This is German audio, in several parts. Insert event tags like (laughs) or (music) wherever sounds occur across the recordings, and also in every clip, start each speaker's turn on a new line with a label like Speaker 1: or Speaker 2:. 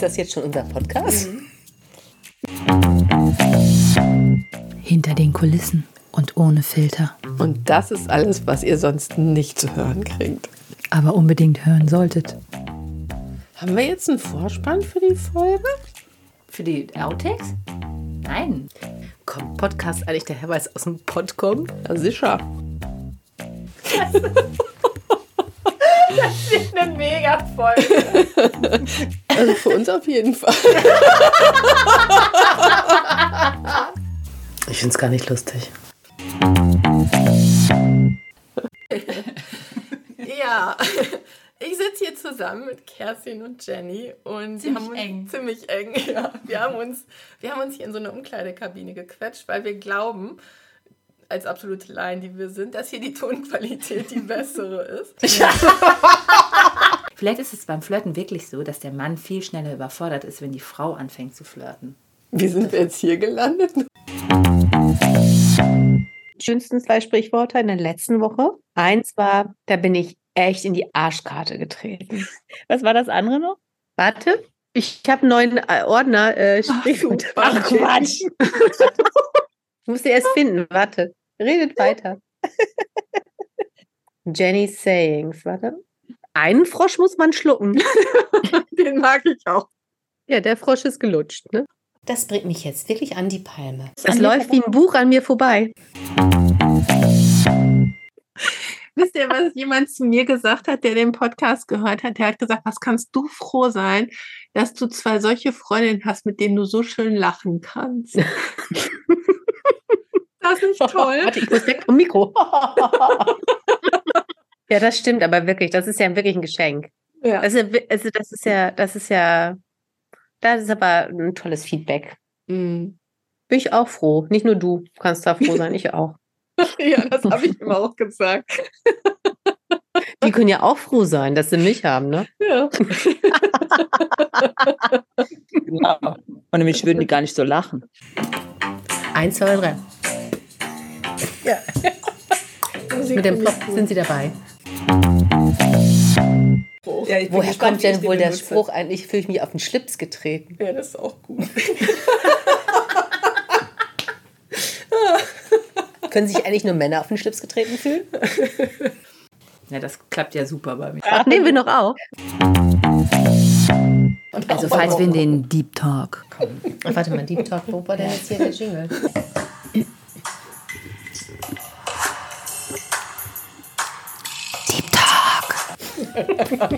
Speaker 1: das jetzt schon unser Podcast? Mhm.
Speaker 2: Hinter den Kulissen und ohne Filter.
Speaker 3: Und das ist alles, was ihr sonst nicht zu hören kriegt.
Speaker 2: Aber unbedingt hören solltet.
Speaker 3: Haben wir jetzt einen Vorspann für die Folge?
Speaker 1: Für die Outtakes? Nein.
Speaker 3: Kommt Podcast eigentlich daher, weil es aus dem Pod kommt? Ja, sicher.
Speaker 1: Das wird eine mega Folge.
Speaker 3: Also für uns auf jeden Fall.
Speaker 1: Ich finde es gar nicht lustig.
Speaker 3: Ja, ich sitze hier zusammen mit Kerstin und Jenny und
Speaker 1: Ziemlich
Speaker 3: wir haben uns
Speaker 1: eng.
Speaker 3: ziemlich eng. (laughs) Ja, wir haben uns, wir haben uns hier in so eine Umkleidekabine gequetscht, weil wir glauben, als absolute Laien, die wir sind, dass hier die Tonqualität die bessere ist.
Speaker 1: Vielleicht ist es beim Flirten wirklich so, dass der Mann viel schneller überfordert ist, wenn die Frau anfängt zu flirten.
Speaker 3: Wie sind wir jetzt hier gelandet?
Speaker 4: schönsten zwei Sprichwörter in der letzten Woche. Eins war, da bin ich echt in die Arschkarte getreten.
Speaker 2: Was war das andere noch?
Speaker 4: Warte, ich habe einen neuen äh, Ordner. Äh, Sprichwörter. Ach, Quatsch. ich (laughs) musste erst finden. Warte, redet weiter. Jenny's Sayings, warte. Einen Frosch muss man schlucken.
Speaker 3: Den mag ich auch.
Speaker 4: Ja, der Frosch ist gelutscht. Ne?
Speaker 1: Das bringt mich jetzt wirklich an die Palme.
Speaker 4: Das läuft wie ein Buch an mir vorbei.
Speaker 3: Wisst ihr, was jemand zu mir gesagt hat, der den Podcast gehört hat? Der hat gesagt, was kannst du froh sein, dass du zwei solche Freundinnen hast, mit denen du so schön lachen (laughs) kannst. das ist
Speaker 4: (laughs)
Speaker 3: toll.
Speaker 4: Warte, ich muss weg vom Mikro. (laughs) ja, das stimmt, aber wirklich, das ist ja wirklich ein Geschenk.
Speaker 3: Ja.
Speaker 4: Also, wi- also das ist ja, das ist ja, das ist aber ein tolles Feedback.
Speaker 3: Mm.
Speaker 4: Bin ich auch froh. Nicht nur du kannst
Speaker 3: (laughs)
Speaker 4: da froh sein, ich auch.
Speaker 3: ja, das habe ich immer auch gesagt.
Speaker 4: (laughs) Die können ja auch froh sein, dass sie mich haben, ne?
Speaker 3: Ja.
Speaker 1: Genau.
Speaker 5: Ja. Und nämlich würden die gar nicht so lachen.
Speaker 1: Eins, zwei, drei. (laughs) Mit dem Pop sind sie dabei.
Speaker 3: Ja,
Speaker 1: Woher kommt denn wohl der Spruch eigentlich, fühle ich mich auf den Schlips getreten?
Speaker 3: Ja, das ist auch gut.
Speaker 1: Können sich eigentlich nur Männer auf den Schlips getreten fühlen? Ja, das klappt ja super bei mir.
Speaker 4: Ach, nehmen wir noch auf.
Speaker 2: Also falls wir in den Deep Talk kommen.
Speaker 1: Warte mal, Deep Talk, wo war denn jetzt hier der Jingle?
Speaker 2: Deep Talk.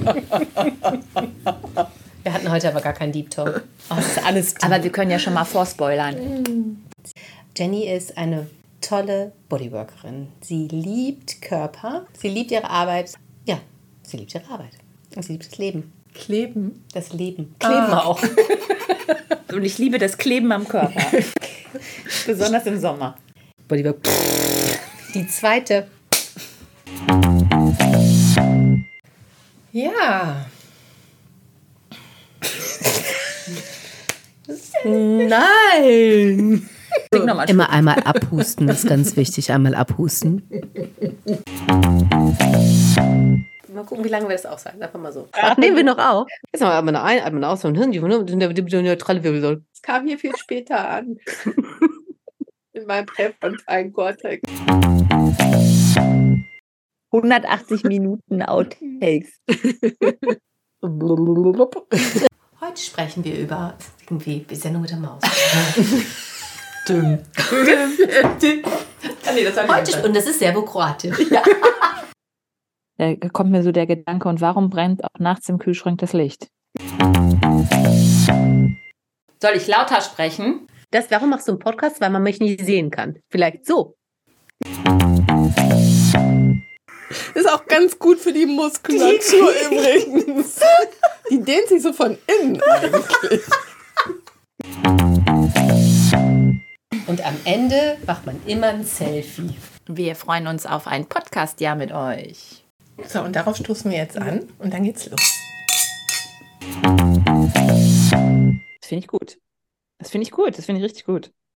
Speaker 1: Wir hatten heute aber gar keinen Deep Talk. Oh, das ist alles deep.
Speaker 5: Aber wir können ja schon mal vorspoilern.
Speaker 1: Mm. Jenny ist eine tolle Bodyworkerin. Sie liebt Körper, sie liebt ihre Arbeit. Ja, sie liebt ihre Arbeit. Und sie liebt das Leben.
Speaker 3: Kleben.
Speaker 1: Das Leben. Kleben (laughs) auch.
Speaker 5: Und ich liebe das Kleben am
Speaker 1: (laughs)
Speaker 5: Körper. Besonders im Sommer.
Speaker 1: Bodywork. Die zweite.
Speaker 3: Ja.
Speaker 1: Nein!
Speaker 5: Sing nochmal.
Speaker 2: Immer einmal abhusten, das ist ganz wichtig. Einmal abhusten.
Speaker 1: Mal gucken, wie lange wir das aushalten. Einfach mal so.
Speaker 4: Ach, nehmen wir noch auf. Jetzt haben wir einmal ein, einmal aus und Hirn, die neutrale Wirbelsäule.
Speaker 3: Es kam hier viel später
Speaker 1: (laughs)
Speaker 3: an. In meinem Prep und ein Cortex.
Speaker 5: 180 Minuten Outtakes.
Speaker 1: Ah, Heute sprechen wir über irgendwie die Sendung mit der Maus.
Speaker 3: Ah, nee, das hab ich
Speaker 1: Heute, und das ist serbokroatisch.
Speaker 6: (laughs)
Speaker 5: Da kommt mir so der Gedanke, und warum brennt auch nachts im Kühlschrank das Licht?
Speaker 6: Soll ich lauter sprechen?
Speaker 4: Das, warum machst du einen Podcast? Weil man mich nicht sehen kann. Vielleicht so.
Speaker 3: Ist auch ganz gut für die Muskulatur
Speaker 1: (laughs)
Speaker 3: übrigens. Die dehnt sich so von innen eigentlich.
Speaker 1: Und am Ende macht man immer ein Selfie.
Speaker 6: Wir freuen uns auf ein Podcast-Jahr mit euch.
Speaker 3: So, und darauf stoßen wir jetzt an und dann geht's los.
Speaker 5: Das finde ich gut. Das finde ich gut. Das finde ich richtig gut.